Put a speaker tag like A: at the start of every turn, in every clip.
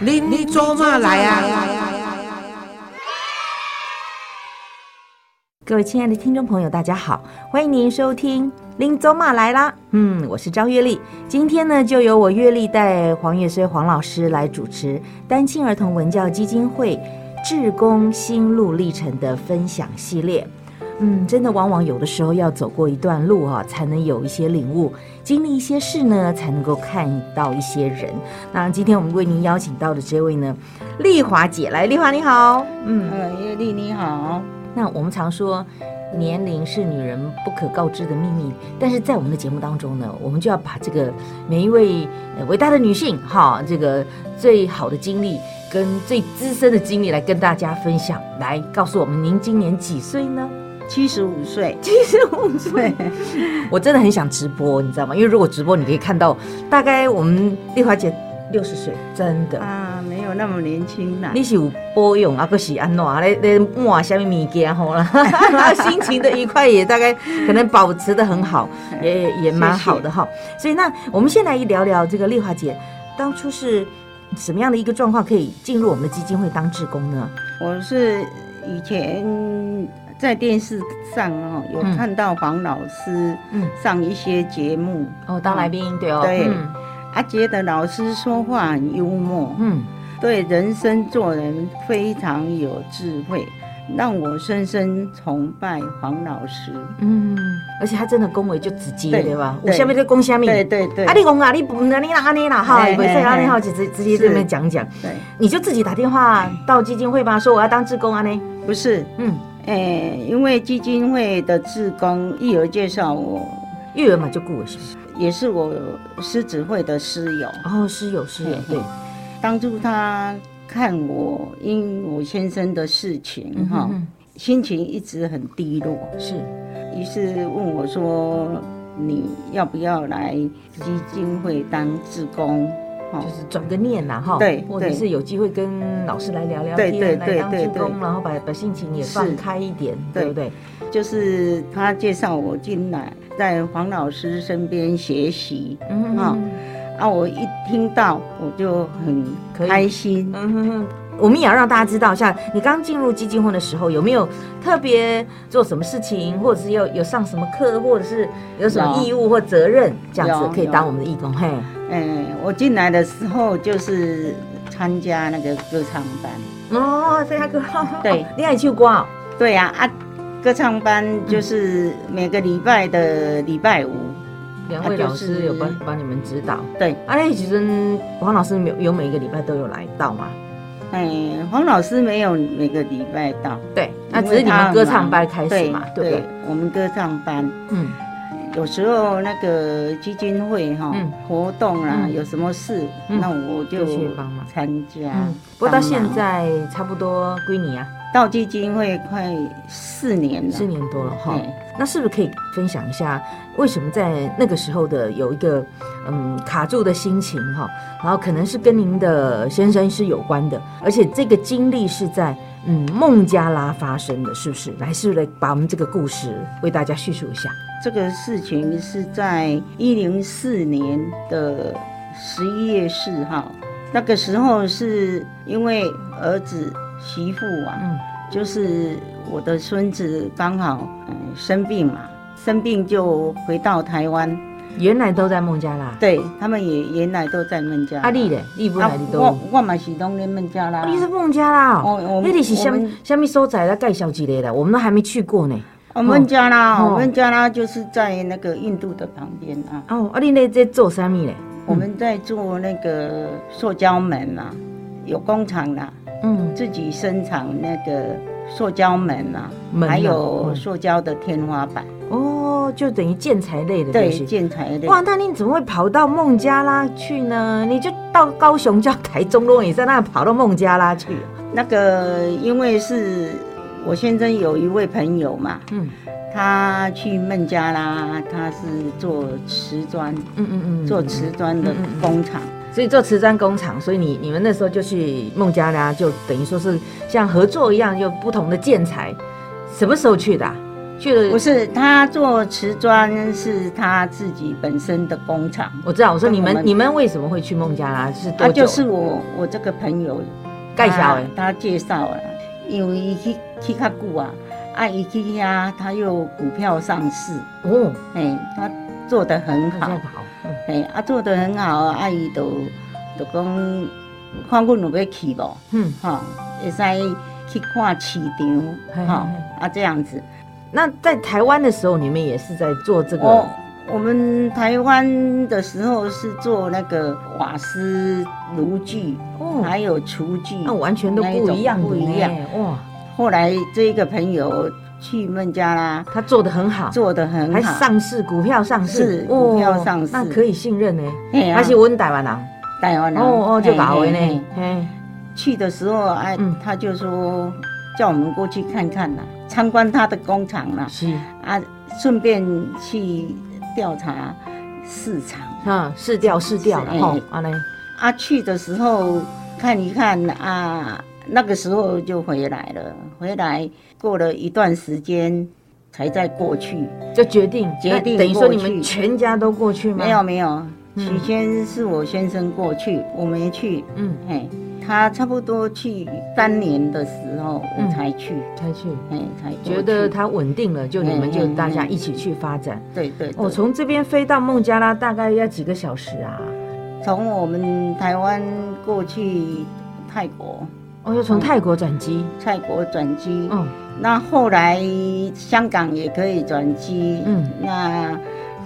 A: 您您做嘛来啊？
B: 各位亲爱的听众朋友，大家好，欢迎您收听《林走马来啦》。嗯，我是张月丽，今天呢就由我月丽带黄月虽黄老师来主持单亲儿童文教基金会志工心路历程的分享系列。嗯，真的，往往有的时候要走过一段路啊，才能有一些领悟；经历一些事呢，才能够看到一些人。那今天我们为您邀请到的这位呢，丽华姐来，丽华你好，嗯。
C: 呃，月丽你好，
B: 那我们常说，年龄是女人不可告知的秘密，但是在我们的节目当中呢，我们就要把这个每一位呃伟大的女性哈，这个最好的经历跟最资深的经历来跟大家分享，来告诉我们您今年几岁呢？
C: 七十五岁，
B: 七十五岁。我真的很想直播，你知道吗？因为如果直播，你可以看到大概我们丽华姐六十岁，真的。
C: 啊，没有那么年轻啦。
B: 你是有保养啊，还是安怎咧咧抹什么物件吼啦？ 然后心情的愉快也大概可能保持的很 好，也也蛮好的哈。所以那我们先来聊聊这个丽华姐，当初是什么样的一个状况可以进入我们的基金会当志工呢？
C: 我是以前在电视上哦，有
B: 嗯
C: 看到黄老师
B: 嗯
C: 上一些节目，
B: 哦，当来宾对哦，
C: 对
B: 嗯
C: 啊，觉得老师说话很幽默，
B: 嗯
C: 对人生做人非常有智慧，让我深深崇拜黄老师。
B: 嗯，而且她真的恭维就直接
C: 对
B: 对吧？我
C: 对
B: 下面在恭下
C: 对
B: 面。
C: 对对，
B: 啊，你讲啊，你不能你啦，安尼啦哈，
C: 嘿
B: 不是
C: 嘿
B: 安尼
C: 嘿
B: 哈，就直直接这边讲讲，
C: 对，
B: 你就自己打电话到基金会吧，说我要当志工啊呢。
C: 不是，
B: 嗯，
C: 诶、因为基金会的志工一有介绍我，
B: 育儿嘛就顾我是不是？
C: 也是我狮子会的师友。
B: 哦，是有是有，
C: 嘿嘿
B: 对，
C: 当初他看我因我先生的事情
B: 嗯
C: 哈、
B: 哼
C: 心情一直很低落，
B: 是，
C: 于是问我说：“你要不要来基金会当志工？”哦
B: 就是转个念呐哈。
C: 对
B: 或者
C: 对
B: 是有机会跟老师来聊聊
C: 对对
B: 天，来
C: 对
B: 当
C: 对
B: 志工，
C: 对
B: 然后把把心情也放
C: 是
B: 开一点，
C: 对
B: 对不对？
C: 就是他介绍我进来，在黄老师身边学习
B: 嗯
C: 啊
B: 哼
C: 啊！我一听到我就很
B: 可以
C: 开心。
B: 嗯哼哼。我们也要让大家知道一下，你刚进入基金会的时候有没有特别做什么事情，或者是有有上什么课，或者是有什么
C: 有
B: 义务或责任，这样
C: 有
B: 子可以
C: 有
B: 当我们的义工。嘿，
C: 嗯、我进来的时候就是参加那个歌唱班。
B: 哦，这个
C: 对，
B: 你也去过哦，
C: 对呀、啊，歌唱班就是每个礼拜的礼拜五，
B: 两
C: 啊
B: 位
C: 就
B: 老师
C: 是
B: 有帮帮你们指导。
C: 对，
B: 啊，那其实黄老师有有每一个礼拜都有来到嘛？
C: 哎，黄老师没有每个礼拜到，
B: 对，那
C: 因
B: 啊只
C: 为
B: 是你
C: 他
B: 们
C: 很
B: 歌唱
C: 忙
B: 班开始嘛，对不对？
C: 我们歌唱班
B: 嗯，
C: 有时候那个基金会哈、
B: 嗯
C: 活动啦、
B: 嗯
C: 有什么事，
B: 嗯
C: 那我就
B: 就去帮忙
C: 参加。
B: 嗯。不过到
C: 帮忙
B: 现在差不多归你啊，
C: 到基金会快四年了，
B: 四年多了哈
C: 对。
B: 那是不是可以分享一下，为什么在那个时候的有一个嗯卡住的心情哈？然后可能是跟您的先生是有关的，而且这个经历是在嗯孟加拉发生的，是不是？来，是不是来把我们这个故事为大家叙述一下？
C: 这个事情是在一零四年的十一月四号，那个时候是因为儿子媳妇啊，
B: 嗯
C: 就是我的孙子刚好嗯生病嘛，生病就回到台湾，
B: 原来都在孟加拉，
C: 对他们也原来都在孟加拉。啊
B: 阿啊丽嘞，丽不来你都，
C: 嗯我我嘛是拢在孟加拉。
B: 哦你是孟加拉哦，
C: 哦我
B: 那
C: 们
B: 你是什
C: 我
B: 么
C: 们
B: 什么所在来介绍之类的，我们都还没去过呢。
C: 哦孟加拉哦
B: 哦
C: 孟加拉就是在那个印度的旁边啊。
B: 哦，阿丽嘞在做什么嘞？
C: 我们在做那个塑胶门啊，有工厂啦、
B: 嗯，
C: 自己生产那个塑胶门啊，
B: 门啊
C: 还
B: 嗯
C: 有塑胶的天花板，
B: 哦，就等于建材类的东
C: 对，
B: 西。
C: 建材类。
B: 哇，那你怎么会跑到孟加拉去呢？你就到高雄叫台中路，你在那跑到孟加拉去？
C: 那个因为是我先生有一位朋友嘛，
B: 嗯
C: 他去孟加拉，他是做瓷砖，
B: 嗯嗯嗯，
C: 做瓷砖的
B: 嗯嗯嗯
C: 工厂。
B: 所以做瓷砖工厂，所以你你们那时候就去孟加拉，就等于说是像合作一样，有不同的建材。什么时候去的啊、去了
C: 不是他做瓷砖是他自己本身的工厂，
B: 我知道，我说你
C: 跟我
B: 们
C: 们
B: 你们为什么会去孟加拉？是多
C: 啊，
B: 久？
C: 就是我我这个朋友
B: 盖小哎
C: 他，他介绍了，因为伊去去较久啊，啊，伊去遐他又股票上市，
B: 哦，
C: 哎、他做得很好
B: 那这，样好，嗯
C: 哎、啊，做得很好，啊，伊就就讲，看阮有要去无，
B: 嗯，
C: 哈、会使去看市
B: 嘿
C: 场，哈、啊，这样子。
B: 那在台湾的时候，你们也是在做这个
C: 哦，我们台湾的时候是做那个瓦斯炉具，
B: 哦，
C: 还有厨具，
B: 那完全都不一样的
C: 那一种不一样
B: 呢哇，
C: 后来这个朋友去孟加拉
B: 他做的很好，
C: 做得很
B: 还
C: 好，
B: 上市股票上市
C: 是，
B: 哦
C: 股票上市
B: 那可以信任呢。
C: 嘿啊
B: 他是温台湾人，
C: 台湾人
B: 哦哦，就搞
C: 嘿嘿
B: 回呢
C: 嘿，
B: 嘿，
C: 去的时候，哎、
B: 嗯
C: 他就说叫我们过去看看啦，参观他的工厂啦，
B: 是，
C: 啊，顺便去调查市场。
B: 嗯，试调试调了
C: 是
B: 吼
C: 嘿，
B: 啊嘞，
C: 啊，去的时候看一看啊，那个时候就回来了。回来过了一段时间，才再过去。
B: 就决定
C: 决定
B: 那等于说
C: 过去
B: 你们全家都过去吗？
C: 没有，没有，
B: 嗯
C: 许仙是我先生过去，我没去。
B: 嗯，
C: 嘿，他差不多去三年的时候，
B: 嗯
C: 我才去，
B: 才去。
C: 嘿，才过去
B: 觉得它稳定了，就你们就
C: 嗯嗯嗯
B: 大家一起去发展。
C: 对对
B: 哦，
C: 对，从
B: 从这边飞到孟加拉大概要几个小时啊？
C: 从我们台湾过去泰国，
B: 哦，要从泰国转机。
C: 泰国转机。
B: 哦，
C: 那后来香港也可以转机，
B: 嗯
C: 嗯，那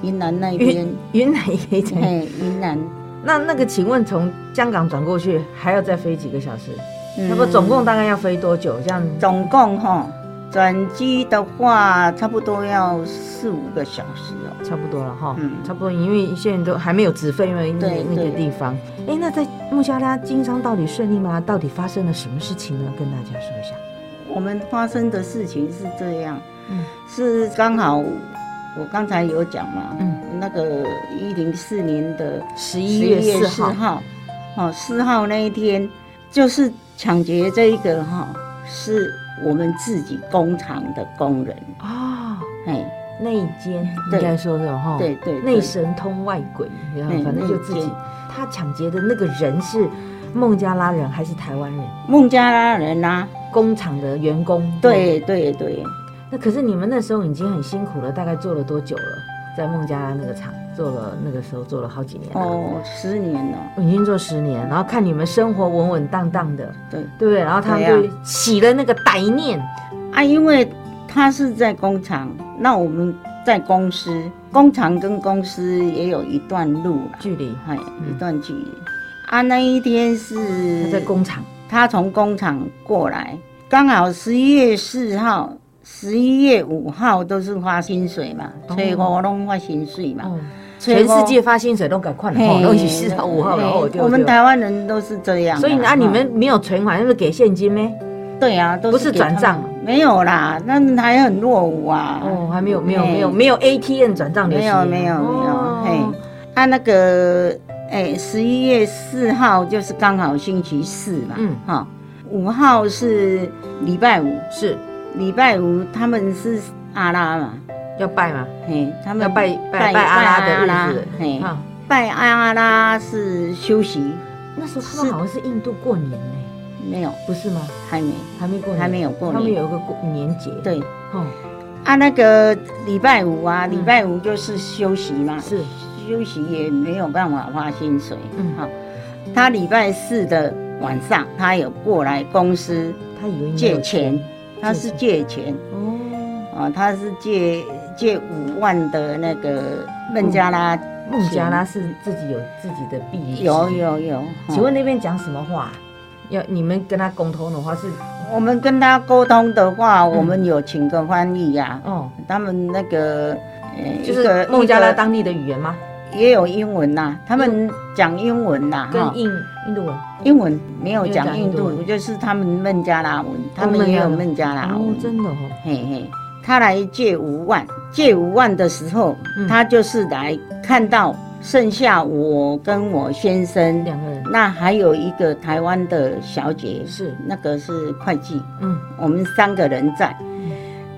C: 云南那边
B: 云，云南也可以转。
C: 嘿，云南，
B: 那那个，请问从香港转过去还要再飞几个小时？
C: 嗯
B: 那么总共大概要飞多久？这样
C: 总共哈转机的话，差不多要四五个小时哦。
B: 差不多了哈，
C: 嗯
B: 差不多，因为现在都还没有直飞，因为那个
C: 对
B: 那个
C: 对
B: 地方。哎，那在孟加拉经商到底顺利吗？到底发生了什么事情呢？跟大家说一下。
C: 我们发生的事情是这样，
B: 嗯
C: 是刚好我刚才有讲嘛，
B: 嗯，
C: 那个一零四年的
B: 十一月四
C: 四
B: 号，
C: 号，哦，四号那一天就是抢劫这一个哈、是我们自己工厂的工人，
B: 哦，
C: 哎，
B: 内奸应
C: 对
B: 该说是哈，
C: 对对对
B: 内神通外鬼，然后
C: 嗯
B: 反正就自
C: 内
B: 己
C: 奸。
B: 他抢劫的那个人是孟加拉人还是台湾人？
C: 孟加拉人呐、
B: 工厂的员工。
C: 对对对，
B: 那可是你们那时候已经很辛苦了，大概做了多久了？在孟加拉那个厂做了，那个时候做了好几年了，
C: 哦，十年了，
B: 已经做十年。然后看你们生活稳稳当当的，
C: 对
B: 对不对？然后他们
C: 对
B: 就起了那个歹念，
C: 啊，因为他是在工厂，那我们在公司，工厂跟公司也有一段路了，
B: 距离
C: 哎，
B: 嗯
C: 一段距离。啊，那一天是
B: 他在工厂，
C: 他从工厂过来，刚好十一月四号、十一月五号都是发薪水嘛，
B: 哦
C: 催活拢发薪水嘛，
B: 哦，
C: 催
B: 全
C: 活
B: 世界发薪水都赶快了，
C: 嗯嘿
B: 哦，都已四号五号了，
C: 嘿
B: 哦，对
C: 我们嗯
B: 对
C: 台湾人都是这样啦。
B: 所以啊，
C: 哈
B: 你们没有存款，那是给现金咩？
C: 对啊，都
B: 不是
C: 给他们
B: 转账
C: 没有啦，那还很落伍啊。
B: 哦，还没有，没有，
C: 嘿
B: 没有，没有 ATM 转账流
C: 没有没有没
B: 哦
C: 有，嘿，啊那个，哎，十一月四号就是刚好星期四嘛，
B: 嗯
C: 哈，五号是礼拜五，
B: 是
C: 礼拜五他们是阿拉嘛，
B: 要拜吗？
C: 嘿，他们
B: 要拜拜拜阿拉的日子，
C: 嘿，
B: 啊，
C: 拜阿拉是休息，
B: 那时候他们好像是印度过年呢，
C: 没有，
B: 不是吗？
C: 还没，
B: 还没过年，
C: 还没有过
B: 他们
C: 年，
B: 有一个过年节，，
C: 对，
B: 哦，
C: 啊那个礼拜五啊，
B: 嗯
C: 礼拜五就是休息嘛，
B: 是，
C: 休息也没有办法发薪水，
B: 嗯
C: 好、他礼拜四的晚上，他有过来公司
B: 他以为你有
C: 借钱，他是借钱
B: 哦，
C: 啊、他是借借五万的那个孟加拉，
B: 孟加拉是自己有自己的币，
C: 有，有有，哦
B: 请问那边讲什么话？要你们跟他沟通的话是
C: 我们跟他沟通的话，
B: 嗯
C: 我们有请个翻译呀、
B: 哦，
C: 他们那个。呃
B: 就
C: 一
B: 是
C: 个
B: 孟加拉
C: 一个
B: 当地的语言吗？
C: 也有英文呐、他们讲英文呐、
B: 跟
C: 哈
B: 印印度文
C: 英文没有
B: 没有
C: 讲
B: 讲
C: 印
B: 印度
C: 度
B: 文
C: 文，就是他们孟加拉文，他们也有孟加拉
B: 哦
C: 文，。
B: 真的哦，
C: 嘿嘿，他来借五万，借五万的时候，
B: 嗯
C: 他就是来看到剩下我跟我先生，
B: 两个人
C: 那还有一个台湾的小姐，
B: 是
C: 那个是会计，
B: 嗯
C: 我们三个人在。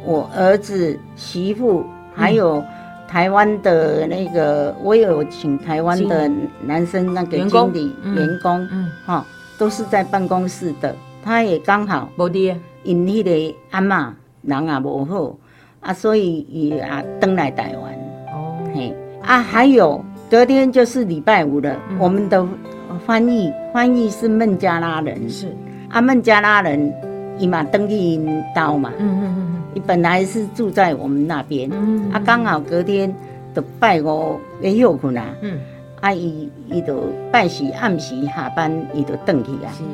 C: 我儿子、媳妇，
B: 嗯
C: 还有台湾的那个，我有请台湾的男生那个
B: 员工
C: 经理
B: 嗯
C: 员工，
B: 嗯，
C: 哈、都是在办公室的。他也刚好
B: 无滴，
C: 因迄个阿嬷人也无好，啊，所以伊也登来台湾。
B: 哦，
C: 嘿，啊，还有隔天就是礼拜五了，
B: 嗯
C: 我们的翻译翻译是孟加拉人，
B: 是，
C: 啊，孟加拉人伊嘛登去因兜嘛，
B: 嗯嗯
C: 伊本来是住在我们那边，
B: 嗯
C: 啊，刚好隔天就拜五会休困啊，
B: 嗯，
C: 啊，伊伊就拜四暗时下班，伊就转去啊，
B: 是，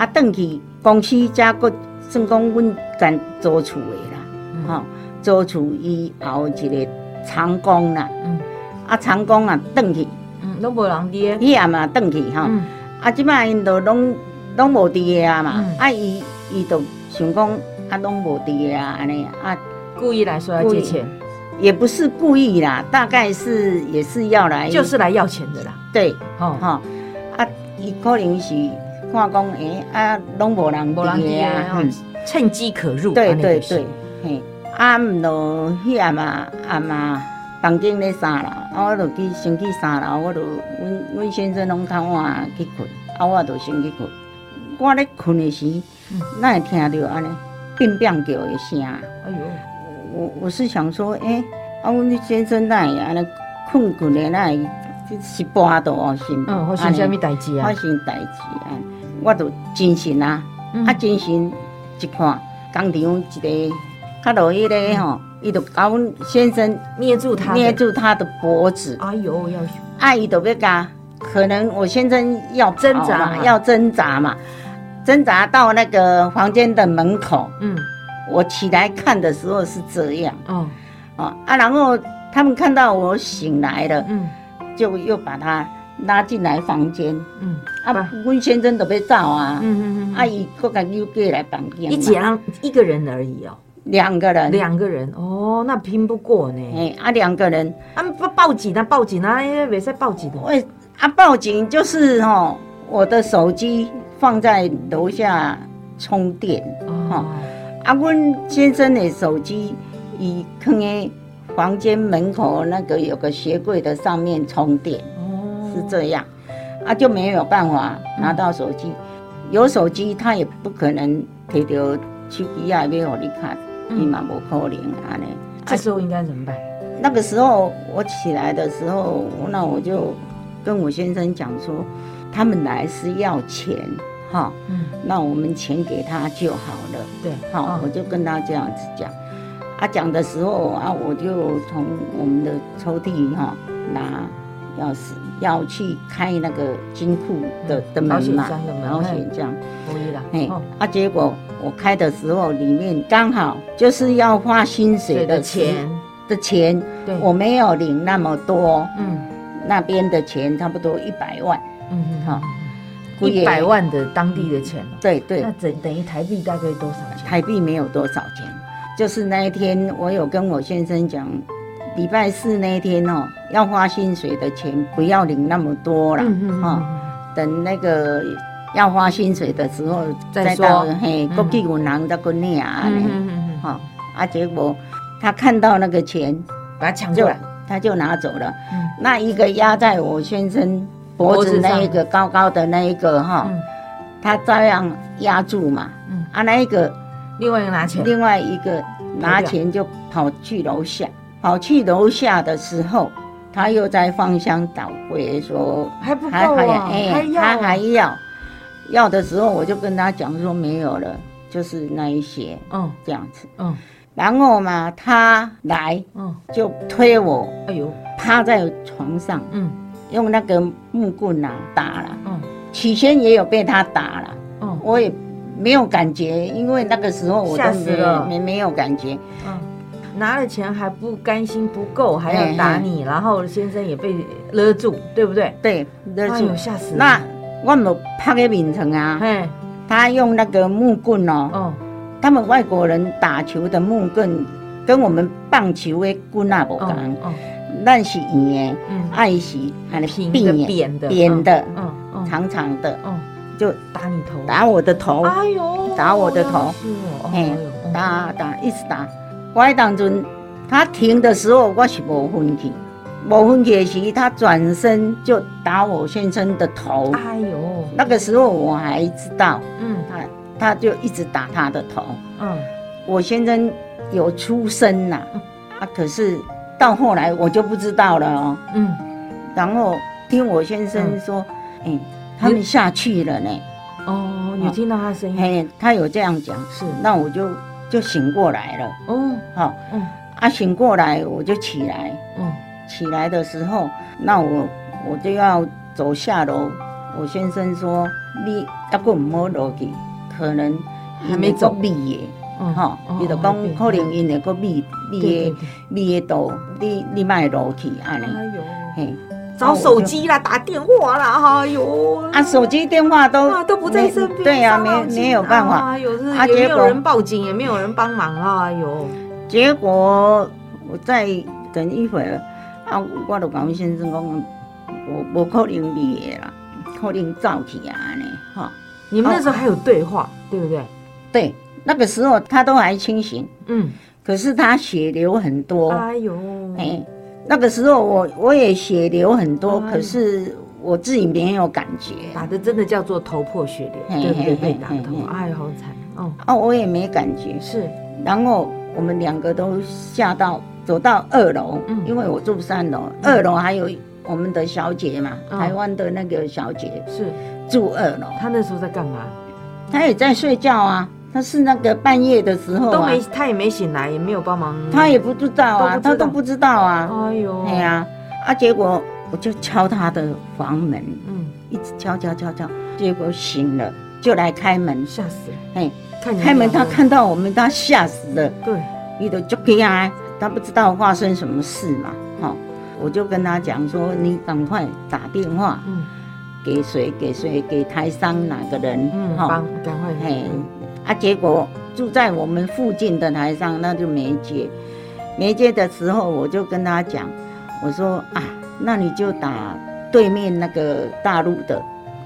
C: 啊，转去公司才搁算讲阮干租厝的啦，
B: 嗯
C: 吼、，租厝伊也有一个长工啦，
B: 嗯
C: 啊，长工啊转去。
B: 嗯，拢无人滴，
C: 伊也嘛转去吼，
B: 嗯
C: 啊，即摆因都拢拢无伫个啊嘛
B: 嗯，
C: 啊，伊伊就想讲啊，拢无伫个啊，安尼啊，
B: 故意来说要借钱，
C: 也不是故意啦，大概是也是要来，
B: 就是来要钱的啦，
C: 对，
B: 哦，
C: 吼、啊，伊可能是看讲诶、啊，拢无人
B: 无人
C: 伫
B: 滴
C: 个啊，嗯，
B: 哦趁机可入，啊
C: 对
B: 安尼就
C: 对
B: 是
C: 对，，嘿，啊，毋就迄暗嘛暗嘛。房间咧三楼，啊，我就去先去三楼，我就阮阮先生拢较晚去困，啊，我就先去困。我咧困的时
B: 嗯，
C: 那会听到安尼乒乒叫的声。
B: 哎呦，
C: 我我是想说，诶、啊，阮先生那会安尼困困的那会是跋倒哦，是
B: 嗯，发生什么代志啊
C: 发？生代志啊，我就精神啊。
B: 嗯
C: 啊，真神一看，工厂一个较落迄个
B: 嗯
C: 吼，伊就甲阮先生
B: 捏住他，
C: 捏，住他的脖子，
B: 哎呦，要
C: 啊，伊就要甲，可能我先生要跑
B: 挣扎
C: 嘛
B: 嘛
C: 要挣扎嘛，挣扎到那个房间的门口，
B: 嗯，
C: 我起来看的时候是这样
B: 哦，
C: 啊啊，然后他们看到我醒来了，
B: 嗯
C: 就又把他拉进来房间，
B: 嗯，
C: 啊
B: 吧，
C: 阮先生就要走啊，
B: 嗯嗯嗯，
C: 啊，
B: 哎，
C: 伊佫甲扭过来房间嘛，
B: 一姐啊，一个人而已哦，
C: 两个人，
B: 两个人哦，那拼不过呢。
C: 哎，啊，两个人，
B: 啊，不报警啊，报警啊，因为袂使报警的。
C: 喂，啊，报警就是哦，我的手机放在楼下充电，
B: 哦，
C: 啊，阮先生的手机伊放在房间门口那个有个鞋柜的上面充电，
B: 哦
C: 是这样，啊，就没有办法拿到手机，有手机他也不可能摕到手机啊，要互你看，伊
B: 嗯
C: 嘛无可能安尼。
B: 这时候应该怎么办？
C: 那个时候我起来的时候，那我就跟我先生讲说，他们来是要钱，哈，
B: 嗯，
C: 那我们钱给他就好了，
B: 对，
C: 哈，我
B: 哦，
C: 就跟他这样子讲。啊，讲的时候啊，我就从我们的抽屉哈拿钥匙，要去开那个金库的的
B: 保
C: 门
B: 险
C: 嘛，
B: 箱的门啊
C: 然后险这样，
B: 无疑啦。
C: 嘿
B: 哦，
C: 啊，结果我开的时候里面刚好就是要花薪水
B: 水
C: 的
B: 的
C: 钱
B: 钱，
C: 的钱。
B: 对，
C: 我没有领那么多，
B: 嗯
C: 那边的钱差不多一百万，
B: 嗯
C: 好
B: 好，一百万的当地的钱了，
C: 对对
B: 那，等等于台币大概多少钱？
C: 台币没有多少钱。就是那一天，我有跟我先生讲，礼拜四那一天哦，要花薪水的钱不要领那么多啦，哦，
B: 嗯
C: 等那个要花薪水的时候
B: 再
C: 到
B: 说
C: 嘿，
B: 嗯
C: 国际银行再跟你啊，
B: 嗯嗯，
C: 哈啊，结果他看到那个钱
B: 把它抢过
C: 就
B: 来。
C: 他就拿走了。
B: 嗯
C: 那一个压在我先生脖子那一个高高的那一个哈，
B: 嗯
C: 他照样压住嘛。
B: 嗯，
C: 啊，那一个
B: 另外一个拿钱，
C: 另外一个拿钱就跑去楼下，跑去楼下的时候，他又在芳香倒柜说，
B: 还不够啊，还要
C: 哎他还
B: 啊，
C: 要要的时候，我就跟他讲说没有了，就是那一些
B: 嗯
C: 这样子。
B: 嗯
C: 然后嘛，他来
B: 嗯，
C: 就推我
B: 哎呦，
C: 趴在床上，
B: 嗯
C: 用那个木棍啊打了。
B: 嗯
C: 起先也有被他打了，
B: 嗯
C: 我也没有感觉，因为那个时候我
B: 吓
C: 都
B: 死
C: 没
B: 了
C: 没没有感觉。
B: 嗯，拿了钱还不甘心不够，还要打你，然后先生也被勒住，对不对？
C: 对，勒
B: 哎
C: 住。
B: 呦，吓死人！
C: 那我们拍给秉承啊，
B: 嘿，
C: 他用那个木棍哦，
B: 哦，
C: 他们外国人打球的木棍跟我们棒球的棍啊不
B: 哦
C: 同，
B: 哦，
C: 咱是圆的，
B: 嗯，
C: 爱是还是
B: 平
C: 扁
B: 的、
C: 的，
B: 扁的、
C: 扁的
B: 嗯嗯，
C: 长长的，
B: 哦，
C: 就
B: 打你头，
C: 打我的头，啊
B: 哎呦，
C: 打我的头
B: 要死我，
C: 嘿
B: 哎呦，
C: 打打一直打，我迄当阵他停的时候，我是无昏去，无昏去的时，他转身就打我先生的头。
B: 哎呦，
C: 那个时候我还知道，
B: 嗯
C: 他他就一直打他的头。
B: 嗯，
C: 我先生有出声呐、啊，可是到后来我就不知道了哦。
B: 嗯，
C: 然后听我先生说，哎、他们下去了呢，
B: 哦，有听到他的声音，
C: 嘿、他有这样讲，
B: 是，
C: 那我就就醒过来了，
B: 哦，
C: 哈、
B: 嗯
C: 啊，醒过来我就起来，
B: 嗯，
C: 起来的时候，那我我就要走下楼，我先生说你啊要不唔好落去，可能
B: 还没走
C: 密耶，
B: 嗯
C: 哈、伊就讲可能因会个密密
B: 对对
C: 耶
B: 对，
C: 密耶到你你卖落去安尼，
B: 哎呦，
C: 嘿，
B: 找手机啦，打电话啦，哎呦，
C: 啊，手机电话都
B: 啊都不啊在
C: 没
B: 身边，
C: 对呀、啊
B: 伤脑
C: 没
B: 筋
C: 没有办法。
B: 哎呦，这
C: 啊
B: 也没
C: 结
B: 有
C: 果
B: 人报警，也没有人帮忙啊，哎呦，
C: 结果我再等一会儿，啊，我就甲阮先生讲，无无可能离的啦，可能走去啊安尼哈。
B: 你们那时候还有对话，对不对？
C: 对，那个时候他都还清醒，
B: 嗯，
C: 可是他血流很多，哎、
B: 哎呦，
C: 那个时候我我也血流很多，
B: 哎
C: 可是我自己没有感觉
B: 打的真的叫做头破血流，
C: 嘿
B: 对不对？
C: 嘿嘿
B: 被打头，
C: 嘿嘿
B: 哎呦，好惨哦，
C: 啊，我也没感觉，
B: 是，
C: 然后我们两个都下到走到二楼，
B: 嗯
C: 因为我住三楼，二楼还有我们的小姐嘛，
B: 嗯
C: 台湾的那个小姐
B: 是
C: 住二楼，
B: 他那时候在干嘛？
C: 她也在睡觉啊，她是那个半夜的时候
B: 都
C: 啊
B: 没，，他也没醒来，也没有帮忙。
C: 她也不知道啊，
B: 都不知道
C: 她都不知道啊，
B: 哎呦，
C: 哎呀、啊，结果我就敲她的房门，
B: 嗯，
C: 一直敲敲敲敲，结果醒了就来开门，
B: 吓死了，
C: 哎，
B: 看你们
C: 开门
B: 两
C: 她
B: 个
C: 看到我们，她吓死了。
B: 对，
C: 伊就就惊啊，他不知道发生什么事嘛，哈、我就跟他讲说，你赶快打电话
B: 嗯
C: 给谁给谁给台商哪个人，
B: 嗯，
C: 哈、
B: 帮赶快，
C: 嘿
B: 嗯，
C: 啊，结果住在我们附近的台商那就没接，没接的时候我就跟他讲，我说啊，那你就打对面那个大陆的。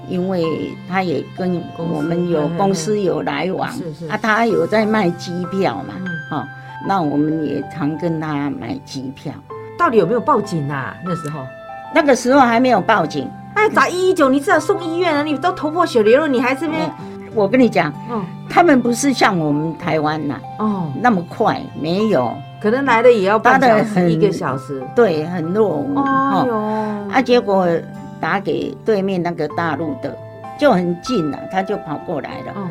C: 因为他也跟
B: 公司
C: 我们有
B: 嗯嗯嗯
C: 公司有来往
B: 是是
C: 啊，他有在卖机票嘛，
B: 嗯，
C: 哦，那我们也常跟他买机票。
B: 到底有没有报警啊？那时候，
C: 那个时候还没有报警，
B: 哎，打一一九，你至少送医院啊！你都头破血流了，你还这边，
C: 我跟你讲，
B: 嗯，
C: 他们不是像我们台湾呐、
B: 哦，
C: 那么快，没有，
B: 可能来了也要半小
C: 打得
B: 时，
C: 很
B: 一个小时。
C: 对，很落伍
B: 哎呦
C: 哦。，啊，结果打给对面那个大陆的，就很近了、他就跑过来了，
B: 哦，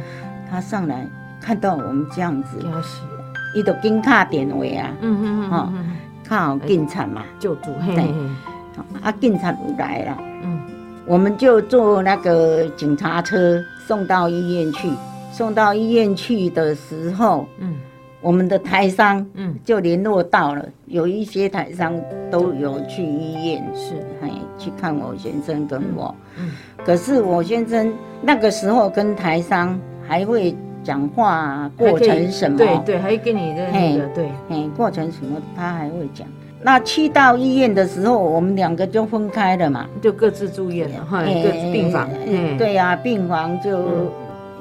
C: 他上来看到我们这样子
B: 给，他洗，
C: 伊就警察电话啊，
B: 嗯嗯嗯
C: 哦
B: 嗯嗯，
C: 靠警察嘛，
B: 救助，嘿嘿嘿，
C: 啊，警察就来了。
B: 嗯，
C: 我们就坐那个警察车送到医院去。送到医院去的时候，
B: 嗯
C: 我们的台商
B: 嗯，
C: 就联络到了，有一些台商都有去医院，
B: 是，
C: 哎，去看我先生跟我。
B: 嗯
C: 可是我先生那个时候跟台商还会讲话、啊，过程什么，
B: 对对，还给你的那个
C: 嘿
B: 对，
C: 哎，过程什么他还会讲。那去到医院的时候，我们两个就分开了嘛。
B: 就各自住院了，哈，
C: 哎
B: 各自啊病房，
C: 哎
B: 嗯，
C: 对呀、病房
B: 嗯
C: 就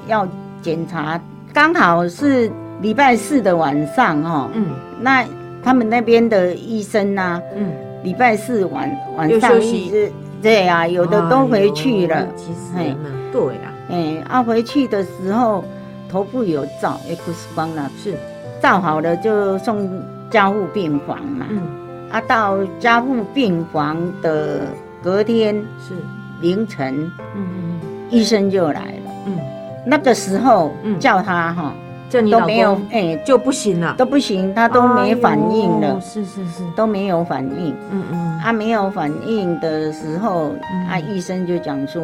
C: 要检查，刚好是礼拜四的晚上哦。
B: 嗯
C: 那他们那边的医生呐、
B: 嗯，
C: 礼拜四晚晚
B: 又休
C: 上
B: 息
C: 一直对呀、有的都回去了
B: 哎。呦急死人了，对啊，
C: 哎，啊，回去的时候头部有照 X 光了，
B: 是，
C: 照好了就送加护病房嘛。
B: 嗯
C: 啊，到加护病房的隔天
B: 是，
C: 凌晨，
B: 嗯嗯
C: 医生就来了。
B: 嗯嗯，
C: 那个时候
B: 嗯
C: 叫他哈、
B: 叫你
C: 都
B: 老
C: 没有
B: 公
C: 哎、
B: 就不行了，
C: 都不行，他都没反应
B: 哎
C: 了，
B: 呦是是是，
C: 都没有反应。
B: 嗯嗯，
C: 啊，没有反应的时候，
B: 嗯
C: 啊，医生就讲说，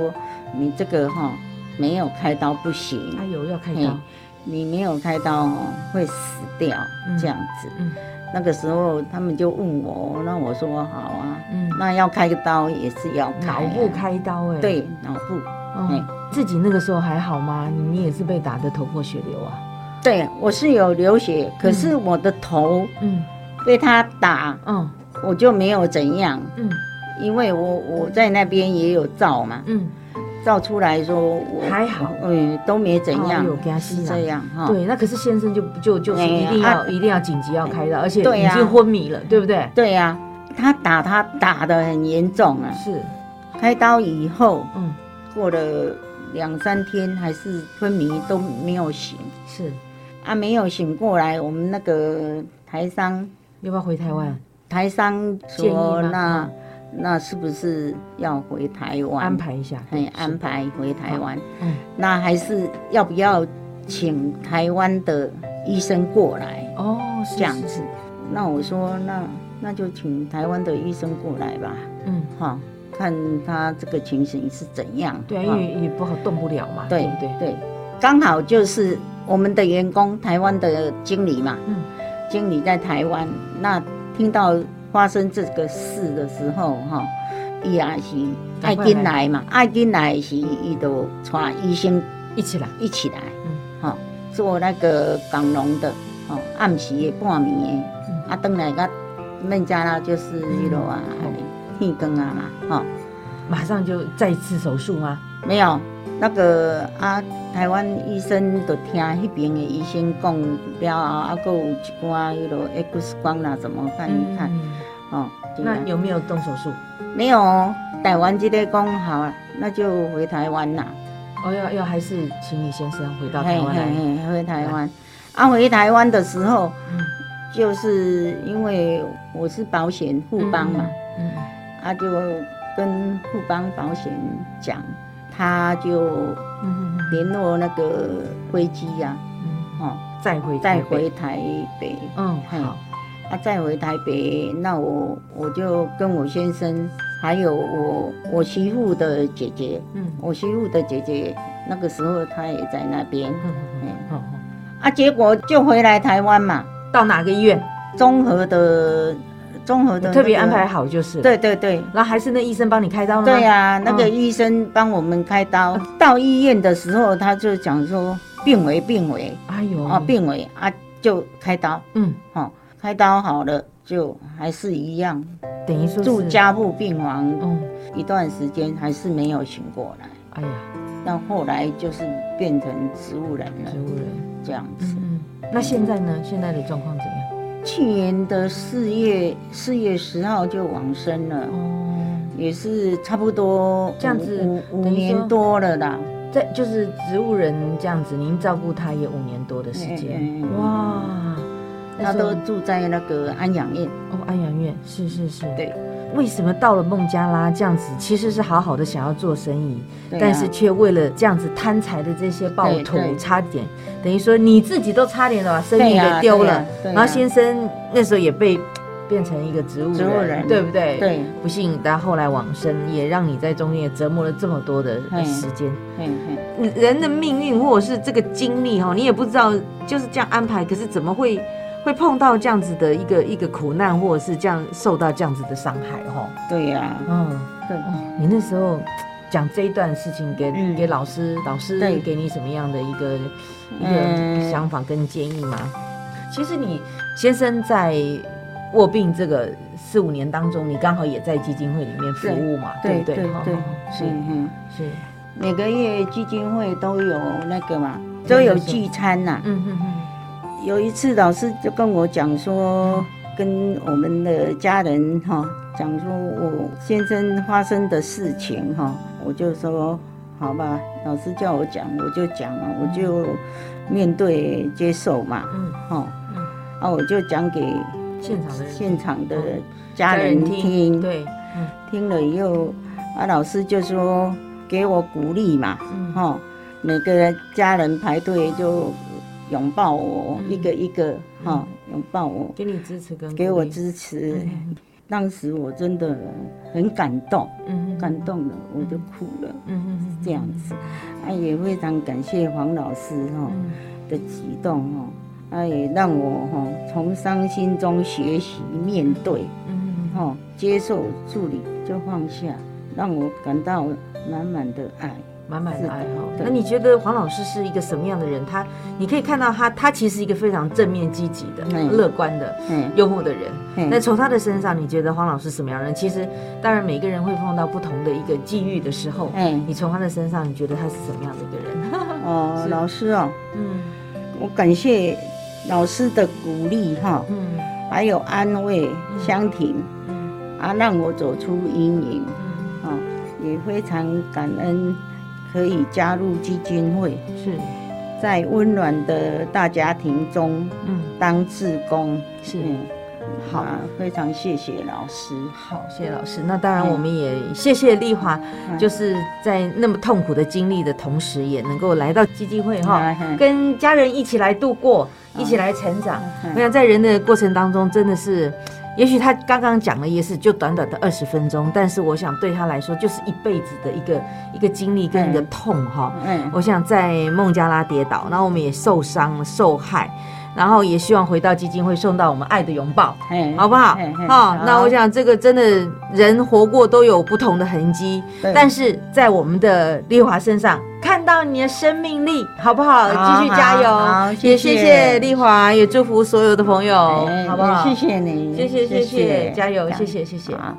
C: 你这个哈、没有开刀不行，
B: 哎呦要开
C: 嘿
B: 刀，
C: 你没有开刀哦会死掉
B: 嗯
C: 这样子。
B: 嗯
C: 那个时候他们就问我，那我说好啊，
B: 嗯，
C: 那要开刀也是要开、啊
B: 脑部，开刀哎，
C: 对，脑部，
B: 哦
C: 哎
B: 自己那个时候还好吗？你你也是被打得头破血流啊？
C: 对我是有流血，可是我的头
B: 嗯
C: 被他打，
B: 嗯
C: 我就没有怎样。
B: 嗯
C: 因为我我在那边也有照嘛，
B: 嗯，
C: 照出来说我
B: 还好
C: 嗯，都没怎
B: 哎
C: 样，
B: 呦怕死
C: 是
B: 啦
C: 这样哈。
B: 对，那可是先生就就就
C: 嗯
B: 是
C: 哎
B: 一定
C: 啊
B: 要、一定要紧急要开刀，而且
C: 对
B: 已
C: 呀
B: 经昏迷了，对不对？
C: 对呀、他打他打得很严重啊，
B: 是，
C: 开刀以后
B: 嗯，
C: 过了两三天还是昏迷都没有醒
B: 是，
C: 啊，没有醒过来，我们那个台商
B: 要不要回台湾？
C: 台商
B: 建议吗
C: 说
B: 嗯
C: 那那是不是要回台湾
B: 安？排一下，
C: 哎，
B: 是
C: 安，排回台湾，
B: 嗯，
C: 那还是要不要请台湾的医生过来？
B: 哦，是
C: 这样，
B: 是
C: 子
B: 是。
C: 那我说，那那就请台湾的医生过来吧，
B: 嗯，
C: 哈，看他这个情形是怎样。
B: 对啊，
C: 哈
B: 因为也不好动不了嘛，
C: 对
B: 不对？
C: 对，刚好就是我们的员工，台湾的经理嘛，
B: 嗯，
C: 经理在台湾，那听到发生这个事的时候，哈，伊也是爱
B: 嗯赶快
C: 进来嘛，爱进来是伊就带医生
B: 一起来，
C: 一起来，
B: 嗯
C: 哈、做那个港农的，哦，暗时的半暝的，
B: 嗯
C: 啊，等来个孟加拉就是迄落啊，安尼天光啊嘛，哈、
B: 马上就再次手术吗？
C: 没有那个啊，台湾医生就听迄边的医生讲了后，啊，佫有一寡迄落 X 光啦，怎么看一看，
B: 嗯
C: 哦，对啊
B: 那有没有动手术？
C: 没有哦？台湾这个讲好啊，那就回台湾啦。
B: 哦，要要还是请你先生回到台湾来，
C: 嘿嘿嘿回台湾。啊，回台湾的时候，
B: 嗯
C: 就是因为我是保险富邦嘛，，
B: 嗯嗯
C: 啊，就跟富邦保险讲，他就
B: 嗯嗯嗯
C: 联络那个飞机呀、
B: 嗯，
C: 哦，
B: 再回
C: 再
B: 台北
C: 回，台北，
B: 嗯，
C: 嘿
B: 好，
C: 啊，再回台北，那我我就跟我先生，还有我我媳妇的姐姐，
B: 嗯
C: 我媳妇的姐姐那个时候她也在那边，
B: 嗯嗯嗯，好好，
C: 啊，结果就回来台湾嘛，
B: 到哪个医院？
C: 综合的综合的、
B: 特别安排。好就是，，
C: 对对对
B: 然后还是那医生帮你开刀了吗？
C: 对呀、那个
B: 嗯
C: 医生帮我们开刀，到医院的时候他就讲说病危病危
B: 哎呦，
C: 啊病危啊就开刀，
B: 嗯，
C: 哦，开刀好了就还是一样
B: 等于说是
C: 住，加护病房
B: 嗯，
C: 一段时间，还是没有醒过来。
B: 哎呀，
C: 到后来就是变成植物人了
B: 植，物人，
C: 这样子。
B: 嗯嗯，那现在呢？现在的状况怎样？
C: 去年的四月四月十号就往生了。
B: 哦，
C: 也是差不多
B: 这样子
C: 五五五
B: 等于说
C: 年多了啦。
B: 在就是植物人这样子，您照顾他也五年多的时
C: 嗯嗯
B: 间，
C: 嗯
B: 哇，那
C: 他
B: 时候
C: 都住在那个安养院，
B: 哦，安养院是是是，
C: 对。
B: 为什么到了孟加拉这样子，其实是好好的想要做生意，
C: 对啊
B: 但是却为了这样子贪财的这些暴徒
C: 对对，
B: 差点等于说你自己都差点把生
C: 对
B: 命
C: 呀
B: 给丢
C: 对
B: 了。
C: 呀对啊呀
B: 然后先生那时候也被变成一个植物人，
C: 植物人
B: 对不对？
C: 对，
B: 不幸但后来往生，也让你在中间也折磨了这么多的
C: 嘿
B: 时间。
C: 嘿嘿，
B: 你人的命运或者是这个经历哈，你也不知道就是这样安排，可是怎么会会碰到这样子的一个一个苦难，或者是这样受到这样子的伤害哈？
C: 对呀，
B: 嗯，
C: 对，
B: 哦，你那时候讲这一段事情给、
C: 嗯
B: 给老师，老师
C: 对
B: 给你什么样的一个一个
C: 嗯
B: 想法跟建议吗？其实你先生在卧病这个四五年当中，你刚好也在基金会里面服务嘛，对
C: 对
B: 不对？哦
C: 对
B: 哈
C: 对
B: 哈哈，
C: 是嗯，
B: 是，是，
C: 每个月基金会都有那个嘛，都有聚餐呐。
B: 嗯嗯嗯，
C: 有一次老师就跟我讲说，跟我们的家人哈、讲说我先生发生的事情哈、我就说好吧，老师叫我讲我就讲了，我就面对接受嘛，
B: 嗯
C: 哈、
B: 嗯
C: 啊我就讲给
B: 现场的人
C: 嗯现场的哦家人听，
B: 对，嗯
C: 听了以后啊老师就说给我鼓励嘛，
B: 嗯，
C: 哈、每个家人排队就拥抱我，
B: 嗯
C: 一个一个哈、拥抱我，
B: 给你支持跟
C: 给我
B: 持，
C: 支持。
B: 嗯
C: 当时我真的很感动，
B: 嗯
C: 感，动了我就哭了。
B: 嗯嗯
C: 这样子，啊，也非常感谢黄老师哈、
B: 嗯
C: 的启动哦，啊，也让我哈、从伤心中学习面对
B: 嗯嗯
C: 哈、接受处理就放下，让我感到满满的爱。
B: 满满的爱好。
C: 是的对
B: 那你觉得黄老师是一个什么样的人？他，你可以看到他，他其实是一个非常正面、积极的、
C: 嗯
B: 乐观的、
C: 嗯
B: 幽默的人。
C: 嗯
B: 那从他的身上，你觉得黄老师什么样的人？其实，当然每个人会碰到不同的一个际遇的时候，
C: 嗯
B: 你从他的身上，你觉得他是什么样的一个人？
C: 哦，
B: 是
C: 老师哦，
B: 嗯
C: 我感谢老师的鼓励哈、
B: 嗯
C: 还有安慰、香婷
B: 嗯
C: 啊，让我走出阴影
B: 嗯，
C: 啊、也非常感恩可以加入基金会，
B: 是，
C: 在温暖的大家庭中
B: 嗯
C: 当志工，
B: 是。
C: 嗯，
B: 好
C: 啊，非常谢谢老师，
B: 好，谢谢老师。那当然，我们也谢谢丽华，就是在那么痛苦的经历的同时，也能够来到基金会哈，
C: 嗯
B: 跟家人一起来度过，一起来成长。我想在人的过程当中，真的是，也许他刚刚讲的也是就短短的二十分钟，但是我想对他来说就是一辈子的一个一个经历跟一个痛哈。
C: 嗯
B: 我想在孟加拉跌倒，然后我们也受伤受害，然后也希望回到基金会送到我们爱的拥抱。
C: 嗯
B: 好不好
C: 嘿嘿？
B: 好，那
C: 好
B: 我想这个真的人活过都有不同的痕迹，
C: 对
B: 但是在我们的丽华身上看到你的生命力，好不好？
C: 好
B: 继续加油
C: 好好，谢
B: 也谢谢丽华，也祝福所有的朋友
C: 哎，
B: 好不好？
C: 谢谢你，
B: 谢谢谢谢，加油，谢谢谢谢。
C: 好